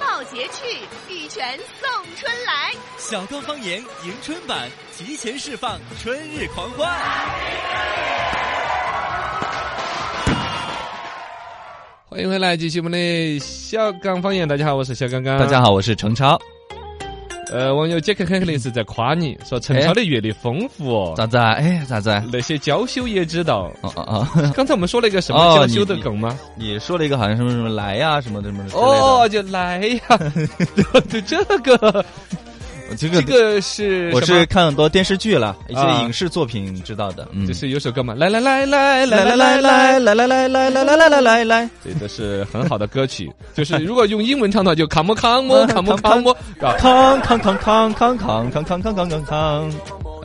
浩节去，玉泉送春来。小刚方言迎春版提前释放春日狂欢。欢迎回来，继续我们的小刚方言。大家好，我是小刚刚。大家好，我是程超。呃，网友杰克肯肯定是在夸你，说陈超的阅历丰富哦，咋子啊？哎，咋子啊？那些娇羞也知道。哦哦哦，刚才我们说了一个什 么娇羞的梗吗？你说了一个好像什么什么来呀、什么什么之类的。哦，就来呀， 对这个，哦这个这个是我什么是看很多电视剧了，一啊些影视作品知道的。嗯，就是有首歌嘛，来来来来来来来来来来来来，来来来来来来来来来来，这都是很好的歌曲。就是如果用英文唱的话，就 Come on, Come on, Come on, Come on 啊。康康康康康康康康康康康康。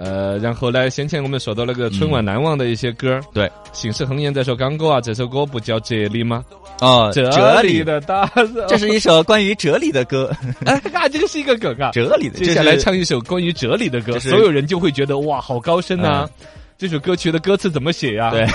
呃，然后呢，先前我们说到那个春晚难忘的一些歌，对，醒世恒言在说刚哥啊，这首歌不叫哲理吗？哦，哲理理，的大嫂， 这是一首关于哲理的歌，哎啊，这个是一个梗啊。 哲理的。接这下是来唱一首关于哲理的歌，这是嗯所有人就会觉得哇，好高深呐、这首歌曲的歌词怎么写呀、啊 对，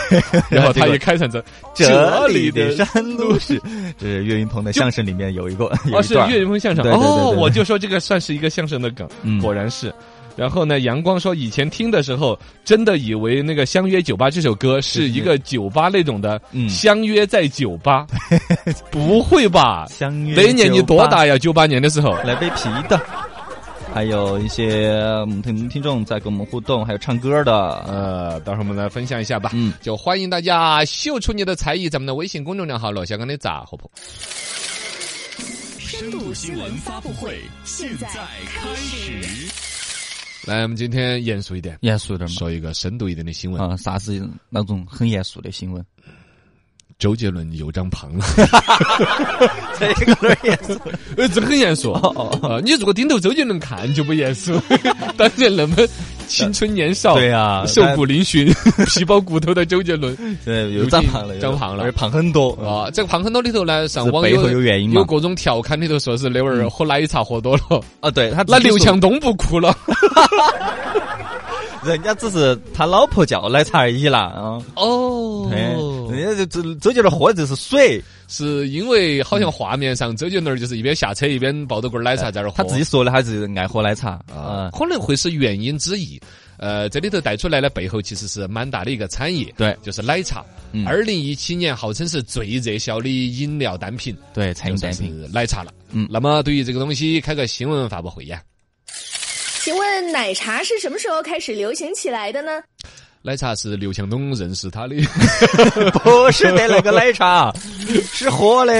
然后结他果也开场着这里的的山路是，这是岳云鹏的相声里面有一个有哦，一是段岳云鹏相声对对对哦对，对我就说这个算是一个相声的梗，嗯果然是。然后呢，阳光说以前听的时候，真的以为那个《相约酒吧》这首歌是一个酒吧那种的，嗯相约在酒 吧，不会吧？相约。那一年你多大？呀？九八年的时候，来杯啤的。还有一些嗯听听众在跟我们互动，还有唱歌的，呃，到时候我们来分享一下吧。嗯，就欢迎大家秀出你的才艺，咱们的微信公众号“罗小刚的杂货铺深度新闻发布会现在开始。”。来，我们今天严肃一点，严肃点说一个深度一点的新闻。啊，啥子那种很严肃的新闻？周杰伦有张盘了，这个严肃，呃， 这很 严肃。哦啊，你如果盯着周杰伦看就不严 肃，当年那么青春年少，哦对啊呀瘦骨嶙峋、皮包骨头的周杰 伦对，有长胖了，有长胖了而且胖很多啊。啊，这个胖很多里头呢，上是网背后友有原因嘛嗯有各种调侃里头说是那会儿喝奶茶喝 多了，啊，对他那自己刘说强东不哭 了。人家只是他老婆叫奶茶而已啦啊。 哦哎，人家就周周杰伦喝的就是水，是因为好像画面上周杰伦儿就是一边下车一边抱着罐儿奶茶在那儿喝，他自己说的，他是爱喝奶茶啊啊，。可能会是原因之一。呃，这里头带出来的背后其实是蛮大的一个产业，对就是奶茶嗯。二零一七年号称是最热销的饮料单品，对，餐就饮算单是品，奶茶了。嗯那么对于这个东西开个新闻发布会呀，请问奶茶是什么时候开始流行起来的呢？奶茶是刘强东认识他的， 不是的那个奶茶，是喝的，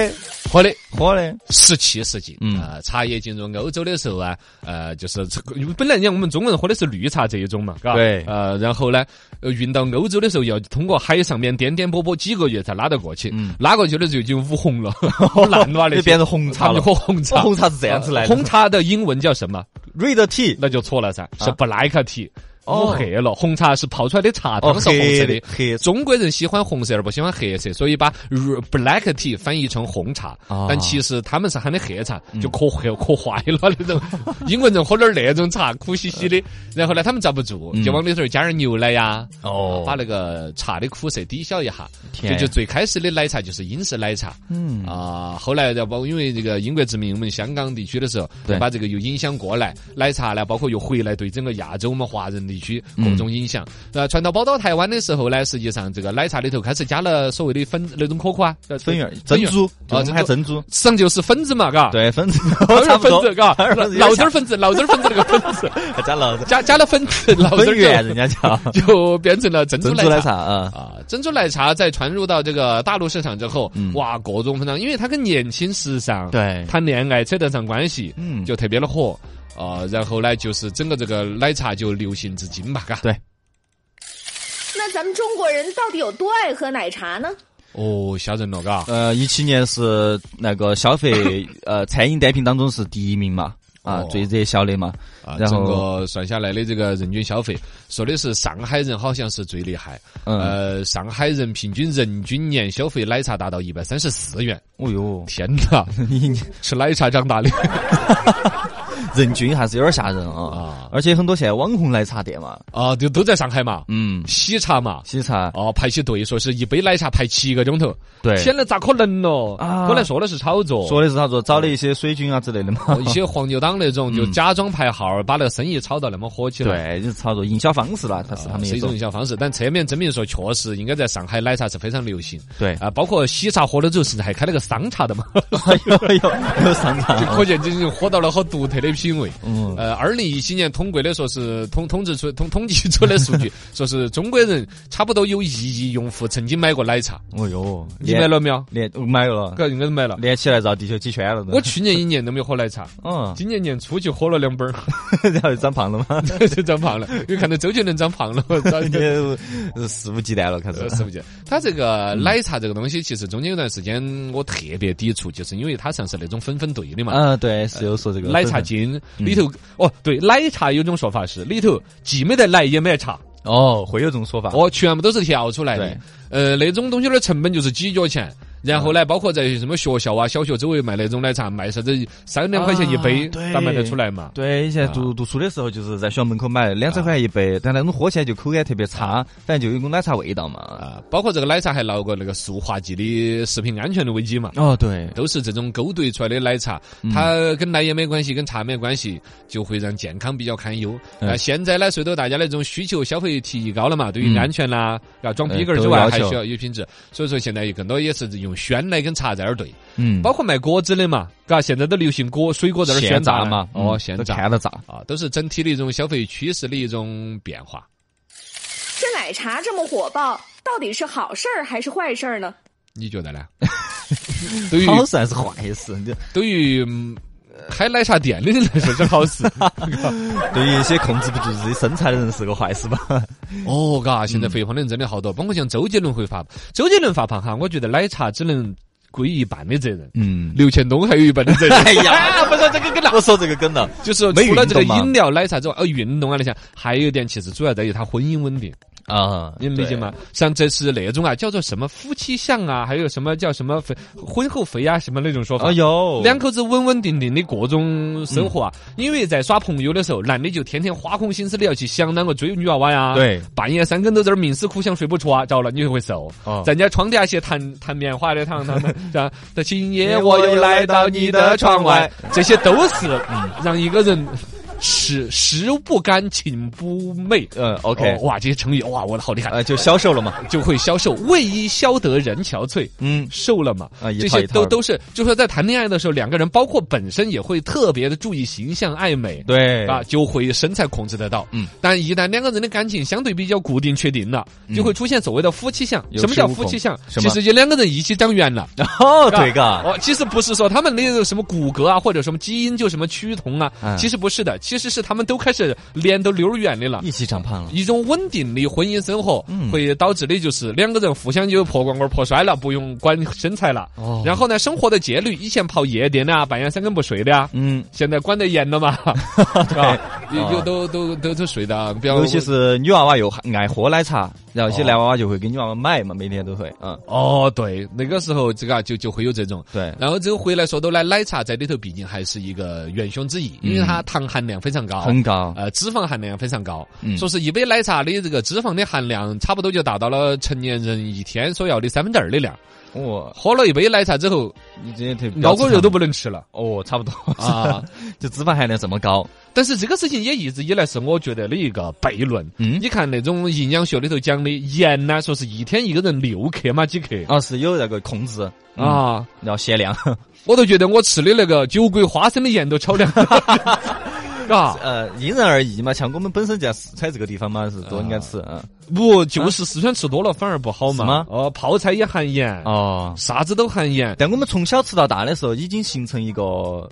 好的。喝的。十七世纪，嗯啊、茶叶进入欧洲的时候啊，呃，就是这个本来你看我们中国人喝的是绿茶这一种嘛，嘎对呃，然后呢，呃运到欧洲的时候要通过海上面颠颠簸簸几个月才拉得过去，嗯拉过去的时候就捂红 了，捂烂了那就些变成红他茶们了就。喝红茶，哦 红茶是这样子来的红茶的英文叫什么？ Red tea，那就错了噻，是 black tea，哦哦，黑了，红茶是泡出来的茶汤是红色的。黑中国人喜欢红色而不喜欢黑色，所以把 r- black tea 翻译成红茶，啊但其实他们是喊的黑茶，就渴黑渴坏了那种。英国人喝点儿那种茶，苦兮兮的，然后呢，他们遭不住，就往里头加点牛奶呀，哦把那个茶的苦涩抵消一下。天就呀就最开始的奶茶就是英式奶茶，嗯啊，后来要包因为这个英国殖民我们香港地区的时候，对把这个又影响过来，奶茶呢，包括又回来对整个亚洲我们华人地区嗯各种影响。呃，传到宝岛台湾的时候呢，实际上这个奶茶里头开始加了所谓的粉那种可可啊，呃粉圆儿珍珠啊，珍珠。还哦珍珠，啊实际上就是粉子嘛，嘎，，对 粉子，差粉不多子， 嘎，还是粉子老汁儿粉子，老汁儿粉子那个粉子，还加老子加加了粉子，老汁粉圆，儿人家 叫就就变成了珍珠珍奶珠奶茶。茶啊。啊，珍珠奶茶在传入到这个大陆市场之后，嗯哇，各种粉肠，因为它跟年轻、时尚，对谈恋爱扯得上关系，嗯就特别的火。啊，然后呢，就是整个这个奶茶就流行至今吧，嘎。对那咱们中国人到底有多爱喝奶茶呢？哦，吓人了，嘎。呃，一七年是那个消 费呃餐饮单品当中是第一名嘛，啊，哦最热销的嘛。啊，然整后个算下来的这个人均消费，说的是上海人好像是最厉害。嗯呃，上海人平均人均年消费奶茶达到一百三十四元， 哦哟，天哪，你吃奶茶长大的。人均还是有点吓人啊啊。而且很多现在网红奶茶店嘛，啊，就都在上海嘛，嗯，喜茶嘛。喜茶哦，排起队说是一杯奶茶排七个钟头，对天呐，咋可能咯？啊可能说的是炒作，说的是啥子？找了一些水军啊之类的嘛。一些黄牛党那种就假装排号，把那个生意炒到那么火起来。 嗯啊对，就是操作营销方式啦，它啊是他们是一一种种营销方式，但侧面证明说，确实应该在上海奶茶是非常流行。对啊啊，包括喜茶喝了之后，甚至还开了个商茶的嘛，有有有商场啊可见 就是喝到了好独特的品味。嗯呃，二零一七年统计的说是统统计出统统计出的 数据，说是中国人差不多有一亿用户曾经买过奶茶，哦哟，你买了没有？连买了，哥应该是买了。连起来绕地球几圈了都。 我去年一年都没有喝奶 茶，嗯，今年年初就喝了两杯儿， 然后就长胖了 嘛，就长胖了，因为看到周杰伦长胖了，我 早就也肆无忌惮了，开始 呃，。是不是？它这嗯个奶茶这个东西，其实中间有段时间我特别抵触，就是因为它像是那种粉粉兑的嘛。嗯，对，嗯是有说这个奶茶精里头，哦，对，奶茶有种说法是里头既没得奶也没得茶，哦，会有这种说法。哦，全部都是调出来的对。呃，那种东西的成本就是几角钱，然后呢，包括在什么学校啊、小学周围卖那种奶茶，卖啥子三两块钱一杯啊，对咋卖得出来嘛？对，以前读读书的时候，就是在学校门口买两三块一杯，但那种喝起来就口感特别差，反正就有一股奶茶味道嘛。啊，包括这个奶茶还闹过那个塑化剂的食品安全的危机嘛。哦，对，都是这种勾兑出来的奶茶，嗯它跟奶也没关系，跟茶没关系，就会让健康比较堪忧。嗯那现在呢，随着大家那种需求消费提高了嘛，对于嗯安全啦，啊装逼格呃儿都之有外，要还求需要有品质。所以说现在更多也是用鲜奶跟茶在那儿兑，嗯，包括卖果汁的嘛，嘎，现在都流行果水果在那儿鲜鲜榨榨嘛，哦，嗯鲜都榨看。得榨。啊，都是整体的一种消费趋势的一种变化。这奶茶这么火爆，到底是好事儿还是坏事儿呢？你觉得呢？ 对于好事还是坏事？你对于嗯开奶茶店的人来说是 好事，对于一些控制不住自己身材的人是个坏事吧？哦，嘎，现在肥胖的人真的好多，包括像周杰伦会发，周杰伦发胖哈，我觉得奶茶只能归一半的责任，嗯，刘强东还有一半的责任。 哎呀啊 不说这个跟那，不说这个梗了。就是没除了运这个动吗饮料、奶茶之外，呃，运动啊那些，还有一点其实主要在于他婚姻稳定，啊，你理解吗？像这是那种啊，叫做什么夫妻相啊，还有什么叫什么肥婚后肥啊，什么那种说对？哎法。呦，两口子稳稳定定的各种生活啊，嗯因为在耍朋友的时候，男的就天天花空心思的要去想啷个追女娃娃呀，对半夜三更都在那儿冥思苦想睡不着啊着了，你就会瘦。哦在人家床底下去弹弹棉花的，躺躺躺，是吧？在今夜我又来到你的窗外，这些都是嗯让一个人食食不甘情不寐。嗯，OK，哦哇，这些成语哇，我的好厉害，呃，就消瘦了嘛。就会消瘦。为伊消得人憔悴，嗯，瘦了嘛，啊一这套些一套都的都是，就说在谈恋爱的时候，两个人包括本身也会特别的注意形象、爱美。对啊，就会身材控制得到。嗯，但一旦两个人的感情相对比较固定确定了，就会出现所谓的夫妻相。有什么叫恃无夫恐妻相？什其么实就两个人一起长圆了。哦，对嘎，哦，其实不是说他们的什么骨骼啊，或者什么基因就什么趋同啊，嗯其实不是的，其实是他们都开始脸都溜圆的了。一起长胖了。一种稳定的婚姻生活，嗯会导致的就是两个人互相就破罐罐破摔了，不用管身材了。哦然后呢，生活的戒律，以前泡夜店的啊，半夜三更不睡的啊，嗯，现在管得严了 嘛，是吧？对就就哦都都都都睡的，啊比尤其是女娃娃又爱喝奶茶，然后一些男娃娃就会给女娃娃买嘛，每天都会。嗯，哦，对，那个时候这个啊就就会有这种。对，然后这个回来说到来，奶茶在里头毕竟还是一个元凶之一，因为它糖含量非常高，嗯很高。呃，脂肪含量非常高，啊嗯说是一杯奶茶的这个脂肪的含量，差不多就达到了成年人一天所要的三分之二的量。哇，喝了一杯奶茶之后，你这也特别脑锅肉都不能吃了哦，差不多啊 啊，！ 就脂肪含量这么高。 但是这个事情也一直以来是我觉得的一个悖论。嗯你看那种营养学里头讲的盐呢，说是一天一个人六克嘛几克啊，是有那个控制啊，啊，然后限量。 我都觉得我吃的那个酒鬼花生的盐都超量了， 啊嘎。呃，因人而异嘛，像我们本身在四川这个地方嘛，是都应该吃。嗯，不，就是四川吃多了反而不好是嘛吗。哦，泡菜也含盐，哦，啥子都含盐。但我们从小吃到大的时候，已经形成一个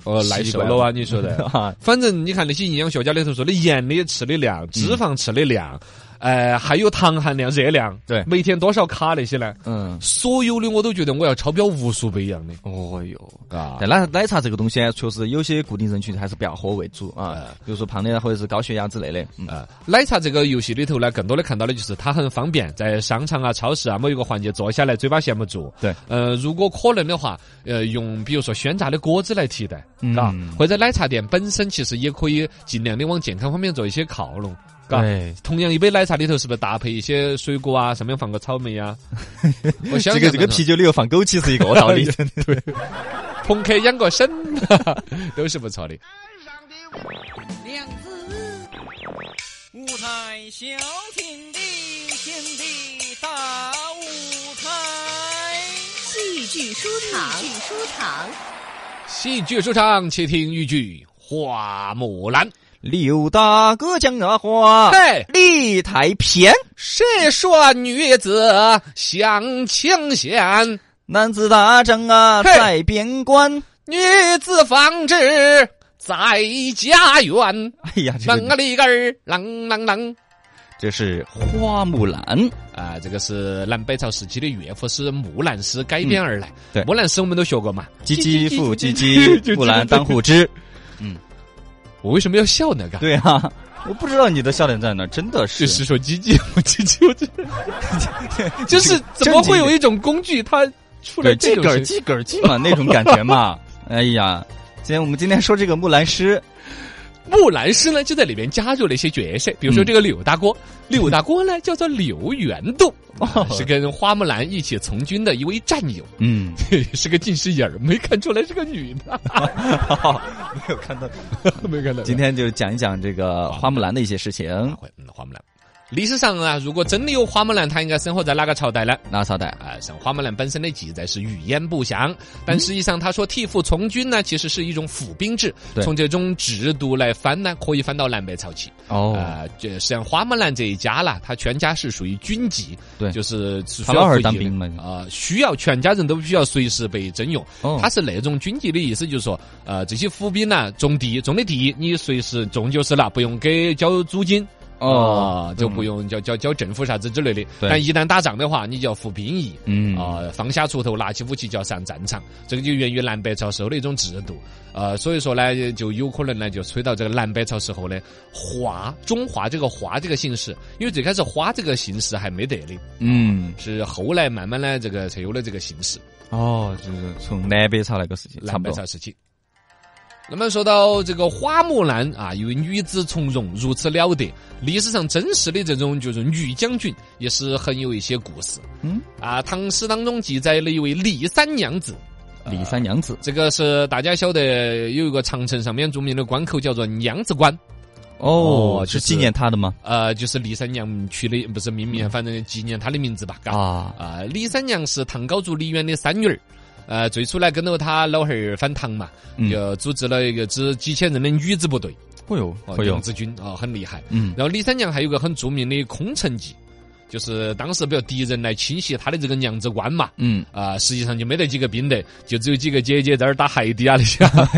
呃，耐习受惯了啊，你说的。 啊，嗯反正你看那些营养学家里头说的盐的吃的量、脂肪吃的量，呃，还有糖含量、热量，对每天多少卡那些呢？嗯，所有的我都觉得我要超标无数倍一样的哦哟。啊但奶奶茶这个东西啊，确实有些固定人群还是不要喝为主啊哎，比如说胖的或者是高血压之类的。嗯，啊，奶茶这个游戏里头呢，更多的看到的就是它很方便，在商场啊、超市啊某一个环节坐下来，嘴巴闲不住。对，呃，如果可能的话，呃，用比如说鲜榨的果汁来替代，嗯啊，或者奶茶店本身其实也可以尽量的往健康方面做一些靠拢，嘎。对，同样一杯奶茶里头是不是搭配一些水果啊，上面放个草莓 啊？我啊相信这个这呢个啤酒里头放枸杞是一个道 理。朋克养个生， 都是不错的。两字，舞台小天地，天地大舞台。戏剧书场，戏剧书场。戏剧书场，且听豫剧《花木兰》。 刘大哥讲啊话，嘿，李太偏，谁说女子相清闲？男子打仗啊嘿在边关。女子纺织在家园。哎呀，这啷啊个里个儿，啷啷啷。这是花木兰。啊，这个是南北朝时期的乐府诗《木兰诗》改编而来。嗯对木兰诗我们都学过嘛。唧唧复唧唧，木兰当户织。我为什么要笑呢？嘎，对啊，我不知道你的笑点在哪，真的。就是是说唧唧， 我唧唧，我唧，就是怎么会有一种工具它出来对，这叽种个儿声音叽个儿叽嘛，那种感觉 嘛。哎呀，今天我们今天说这个木兰诗，木兰诗呢，就在里面加入了一些角色，比如说这个柳大哥，柳大哥呢叫做柳元度，哦是跟花木兰一起从军的一位战友， 嗯，是个近视眼儿，没看出来是个女的，嗯没有看到。 没看到。今天就讲一讲这个花木兰的一些事情。会嗯花木兰，历史上啊，如果真的有花木兰，她应该生活在哪个朝代呢？那朝代，啊，像花木兰本身的记载是语焉不详，但实际上他说替父从军呢，其实是一种府兵制，对从这种制度来翻呢，可以翻到南北朝期。哦，啊，这像花木兰这一家啦，她全家是属于军籍，对就是是需她要老汉儿服役当的兵嘛啊，需要全家人都需要随时被征用。哦他是那种军籍的意思，就是说，呃，这些府兵呐，种地种的地，你随时种就是了，不用给交租金。啊就不，用交交交政府啥子之类的。哦嗯对但一旦打仗的话，你就要服兵役。嗯，啊、放下锄头，拿起武器就要上战场，这个就源于南北朝时候的一种制度。呃，所以说呢，就有可能呢，就吹到这个南北朝时候呢，花中华这个花这个姓氏，因为最开始花这个姓氏还没得的，嗯，是后来慢慢呢，这个才有了这个姓氏。哦，就是从南北朝那个时期，南差不北多朝。时期。那么说到这个花木兰啊，因为女子从容，如此了得。历史上真实的这种就是女将军，也是很有一些故事。嗯，啊，唐诗当中记载了一位李三娘子，李三娘子，这个是大家晓得有一个长城上面著名的关口叫做娘子关，哦哦，是就是纪念他的吗？呃，就是李三娘取的，不是命名，反正纪念她的名字吧。嘎啊，啊、李三娘是唐高祖李渊的三女儿。呃，最初来跟着他老汉儿反唐嘛，嗯就组织了一个只几千人的女子部队，会有哦，会有杨，子军啊、哦很厉害。嗯，然后李三娘还有个很著名的空城计，就是当时比如敌人来侵袭他的这个娘子关嘛，嗯，啊、实际上就没得几个兵的，就只有几个姐姐在那儿打海底啊那 些啊，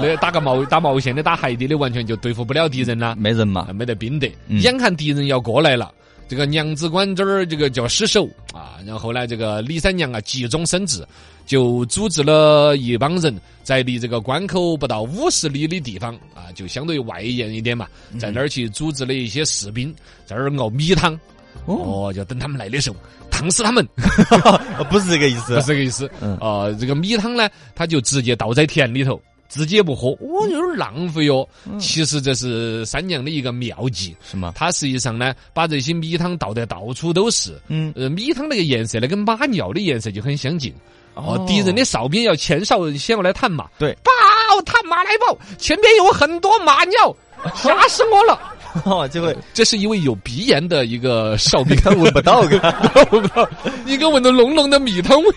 那打个毛打毛线的打海底的，完全就对付不了敌人啦、没人嘛啊，，没得兵的嗯。眼看敌人要过来了，这个娘子关这儿这个就要失守啊。然后呢，这个李三娘啊急中生智，就组织了一帮人在离这个关口不到五十里的地方啊，就相对外沿一点嘛，嗯在那儿去组织了一些士兵，在那儿熬米汤。哦，哦，就等他们来的时候，烫死他们。 不是这个意思不是，这个意思。嗯呃，这个米汤呢，它就直接倒在田里头，自己也不喝，哦，有点浪费哟。嗯其实这是三娘的一个妙计，是吗？它实际上呢，把这些米汤倒得到处都是。嗯，呃，米汤那个颜色呢，跟马尿的颜色就很相近。哦哦，敌人的哨兵要牵哨，先要来探马。对报探马来报，前面有很多马尿，吓死我了！ 哦，就会这是一位有鼻炎的一个哨 兵，他闻不到个。 我不知道，一个闻到浓浓的米汤味。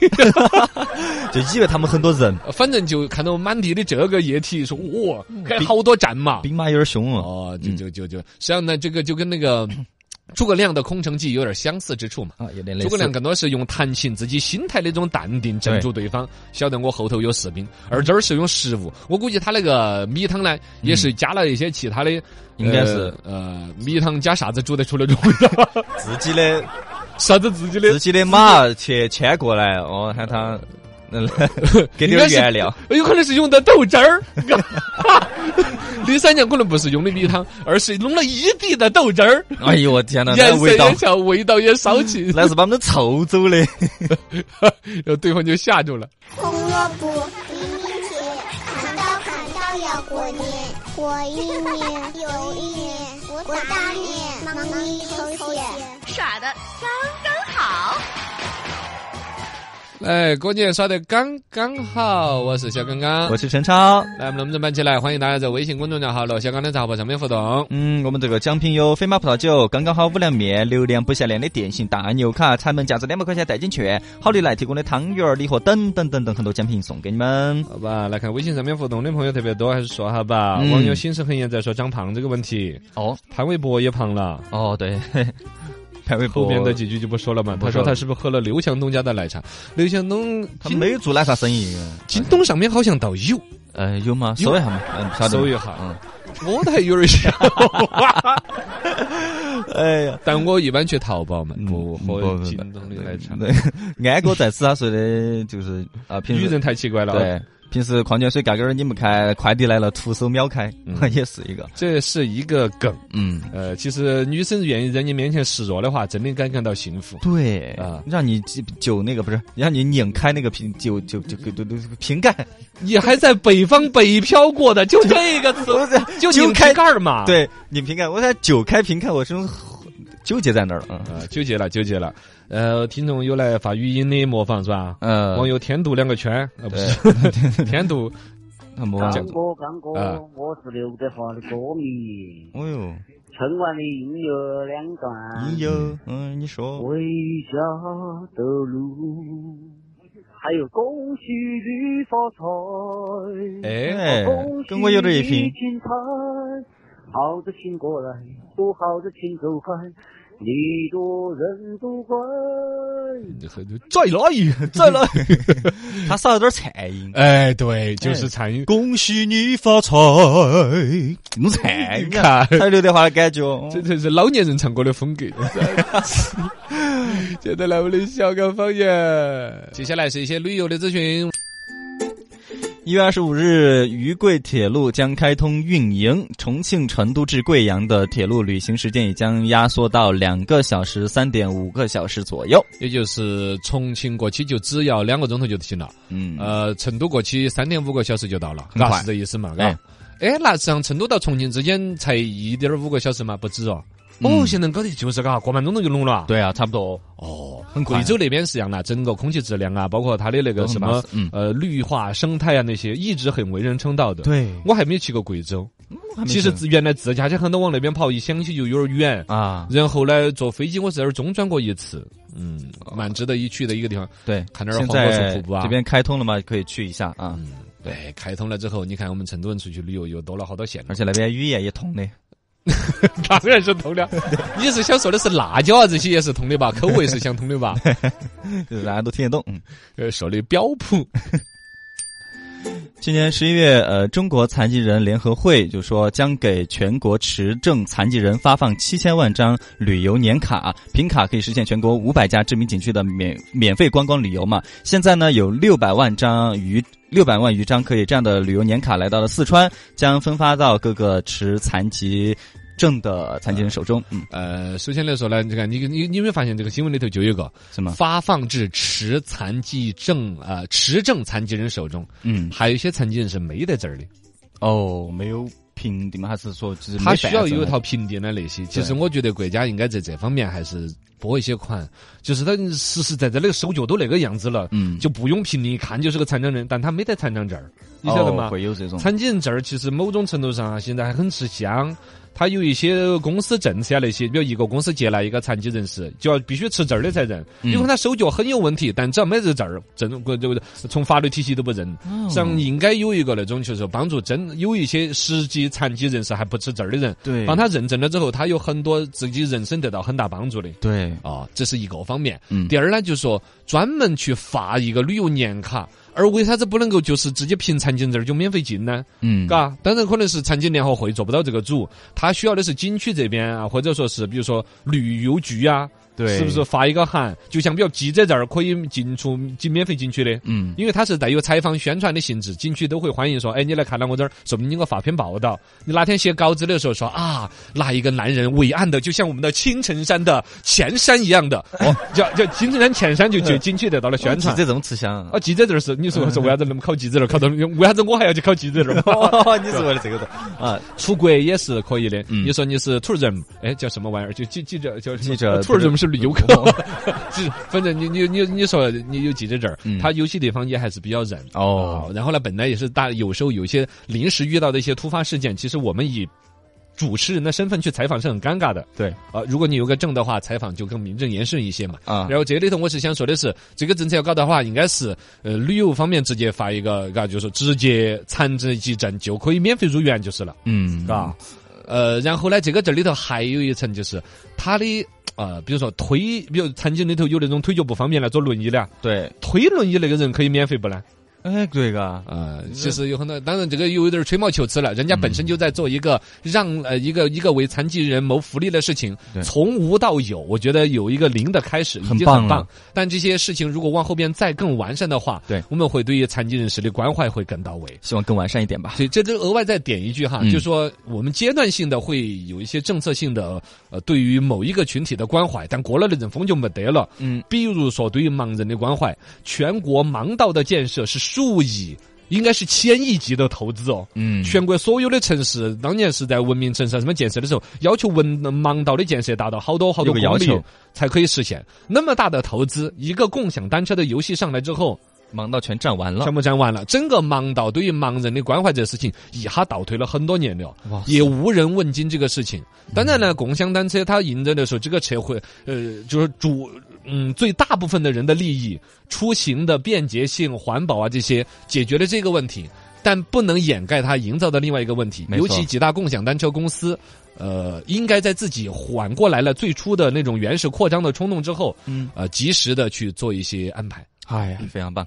就以为他们很多人，呃反正就看到满地的这个液体，说嗯哇，还好多站嘛。兵马有点凶哦。 哦，就就就就，实际上呢，这个就跟那个诸葛亮的《空城计》有点相似之处嘛。啊，有点类诸葛似。亮更多是用弹琴自己心态那种淡定镇住对方，晓得我后头有士兵，而这儿是用食物。我估计他那个米汤呢，也是加了一些其他的，嗯应该呃是呃米汤加啥子煮得出那种味 道？自己的啥子自己的自己的马去牵过来，哦，喊他 嗯给点原料，有可能是用的豆汁儿。 李三娘可能不是用的米汤，而是弄了一地的豆汁儿，哎呦我天哪，那颜色味道也像，味道也骚气，那是把我们臭走的。 然后对方就吓住了。红萝卜一年甜，砍到砍到要过年。我一年有一年，我大年忙一头血。耍的刚刚好。哎，过年耍得刚刚好，我是小刚刚我。是陈超。来，我们龙门板起来，欢迎大家在微信公众号“楼小刚的茶铺”上面互动。嗯，我们这个奖品有飞马葡萄酒、刚刚好五粮面、流量不下量的电信大牛卡、产品价值两百块钱代金券、好利来提供的汤圆儿礼盒等等等等很多奖品送给你们。好吧，来看微信上面互动的朋友特别多，还是说哈吧。嗯网友心事很严在说长胖这个问题，哦潘玮柏也胖了。哦， 对，潘玮柏后面的几句就不说了嘛。不他说说他了是不是喝了刘强东家的奶茶？刘强东，他京没做奶茶生意，京东上面好像倒有，呃，有吗？有搜一下嘛，嗯，不晓得。搜一下嗯，我才有点像。哎呀， 但我一般去淘宝嘛，嗯不不不喝不京东的奶茶。对， 安哥在此他说的就是啊，平女时人太奇怪了。，对。平时矿泉水盖盖儿拧不开，快递来了徒手秒开，嗯 也是一个。这是一个梗。嗯，呃，其实女生愿意在你面前示弱的话，真的感感到幸 福。对啊让你酒酒那个不是，让你拧开那个瓶酒酒酒酒酒酒 瓶盖，你还在北方北漂过的，就这个 词，不是就拧拧瓶开，盖儿嘛。，对，拧瓶盖，我在酒开瓶盖，我这种纠结在那儿了。嗯啊，纠结了，纠结了。呃，听众有来发语音的模仿是吧？嗯，网友添堵两个圈，啊不是 添堵，他没啊忘这讲样刚子哥，刚哥，啊我是刘德华的歌迷，哦哟，春晚的音乐两段，你有嗯，你说回家的路，还有恭喜你发财，哎，哎恭，喜跟我有点一拼你。精彩，好的请过来，不好的请走开，你多人不怪。再来一， 再来， 他少了点颤音，哎，对，就是参与。恭喜你发财，这种颤 音啊，看还有刘德华的感觉哦。这才是老年人唱歌的风格。 接着来我们的小港方言，接下来是一些旅游的资讯。一月二十五日，渝桂铁路将开通运营，重庆成都至贵阳的铁路旅行时间也将压缩到两个小时、三点五个小时左右。也就是重庆过去就只要两个钟头就行了，嗯，呃，成都过去三点五个小时就到了，很快嘎是这意思嘛？嘎哎，哎，那实际上成都到重庆之间才一点五个小时嘛，不止哦。嗯哦，现在搞的就是嘎，个半钟头就弄了啊。对啊，差不多。哦，很快贵州那边是这样的，整个空气质量啊，包括它的那个什么都很巴适嗯呃绿化生态啊那些，一直很为人称道的。，对，我还没有去过贵州，其实自原来自驾去很多往那边跑，一想起就有点远。啊，然后呢，坐飞机我在那儿中转过一次，嗯，哦蛮值得一去的一个地方。对，看那儿现黄河水在瀑布啊这边开通了嘛，可以去一下啊。对，开通了之后，你看我们成都人出去旅游又多了好多 线路而。且那边语言也通的，当然是通了，你是想说的是辣椒啊这些也是通的 吧？口味是相通的吧？就是大家都听得懂。嗯呃，说的标普，今年十一月，呃，中国残疾人联合会就说将给全国持证残疾人发放七千万张旅游年卡，凭卡可以实现全国五百家知名景区的免免费观光旅游嘛。现在呢，有六百万张余六百万余张可以这样的旅游年卡来到了四川，将分发到各个持残疾证的残疾人手中。嗯，呃，首先来说呢，你看你你你有没有发现这个新闻里头就有一个是吗？发放至持残疾证呃持证残疾人手中，嗯，还有一些残疾人是没得证儿的，哦，没有评定吗？还是说就是没他需要办证有一套评定的那些。其实对我觉得国家应该在这方面还是拨一些款，就是他实实在在那个手脚都那个样子了，嗯就不用凭你一看就是个残障人，但他没得残障证儿，你晓得吗？哦会有这种，残疾人证儿其实某种程度上啊，现在还很吃香。它有一些公司政策啊，那些，比如一个公司接纳一个残疾人士，就要必须持证儿的才认，嗯因为他手脚很有问题，但只要没这证儿，证这个从法律体系都不认。实哦际上应该有一个那种就是帮助真有一些实际残疾人士还不持证儿的人，对帮他认证了之后，他有很多自己人生得到很大帮助的。对，啊，这是一个方面。哦嗯第二呢，就是说专门去发一个旅游年卡，而为啥子不能够就是直接凭残疾证儿就免费进呢？嗯，嘎，当然可能是残疾联合会做不到这个主，他需要的是景区这边啊，或者说是比如说旅游局啊，对，是不是？发一个函？就像比如记者这儿可以进出进免费进去的。嗯，因为它是带有采访宣传的性质，景区都会欢迎说，哎，你来看到我这儿，说不定你给我发篇报道。你哪天写稿子的时候说啊，那一个男人伟岸的，就像我们的青城山的前山一样的，哦， 叫叫青城山前山就就嗯景区得到了宣传哦这。种吃香啊，记者证儿是你嗯说说为啥子那么考记者证儿？考到为啥子我还要去考记者 证儿？ 哦，你是为了这个的啊？出国也是可以的。嗯你说你是 tourism，哎，叫什么玩意儿？就记记者叫呃记者 tourism 是旅游客， 是反正你你你你说你有记者证儿嗯，他有些地方也还是比较忍。哦，然后呢，本来也是大，有时候有一些临时遇到的一些突发事件，其实我们以主持人的身份去采访是很尴尬的。对啊，如果你有个证的话，采访就更名正言顺一些嘛。啊然后这里头我是想说的是，这个政策要搞的话，应该是呃旅游方面直接发一个，嘎，就是直接残疾证就可以免费入园就是了，嗯，嘎。呃，然后呢，这个这里头还有一层就是它的呃，比如说推，比如残疾人里头有那种腿脚不方便来坐轮椅的啊，对，推轮椅那个人可以免费不呢？哎，对嘎，呃，其实有很多，当然这个又有点吹毛求疵了。人家本身就在做一个让呃一个一个为残疾人谋福利的事情对，从无到有，我觉得有一个零的开始已经很很棒棒。了但这些事情如果往后边再更完善的话，对我们会对于残疾人士的关怀会更到位。希望更完善一点吧。所以这就额外再点一句哈，嗯就说我们阶段性的会有一些政策性的呃对于某一个群体的关怀，但国内的人风就没得了。嗯，比如说对于盲人的关怀，全国盲道的建设是数亿，应该是千亿级的投资哦。嗯，全国所有的城市，当年是在文明城市啊什么建设的时候，要求文盲道的建设达到好多好多有个要公里求才可以实现。那么大的投资，一个共享单车的游戏上来之后，忙到全占完了全，部占完了。整个盲道对于盲人的关怀这事情，一哈倒退了很多年了哇，塞嗯也无人问津这个事情。当然呢，共享单车它迎着的时候，这个车会呃，就是主嗯，最大部分的人的利益、出行的便捷性、环保啊这些，解决了这个问题。但不能掩盖它营造的另外一个问题，没错尤其几大共享单车公司，呃，应该在自己缓过来了最初的那种原始扩张的冲动之后，嗯呃，及时的去做一些安排。哎呀，非常棒。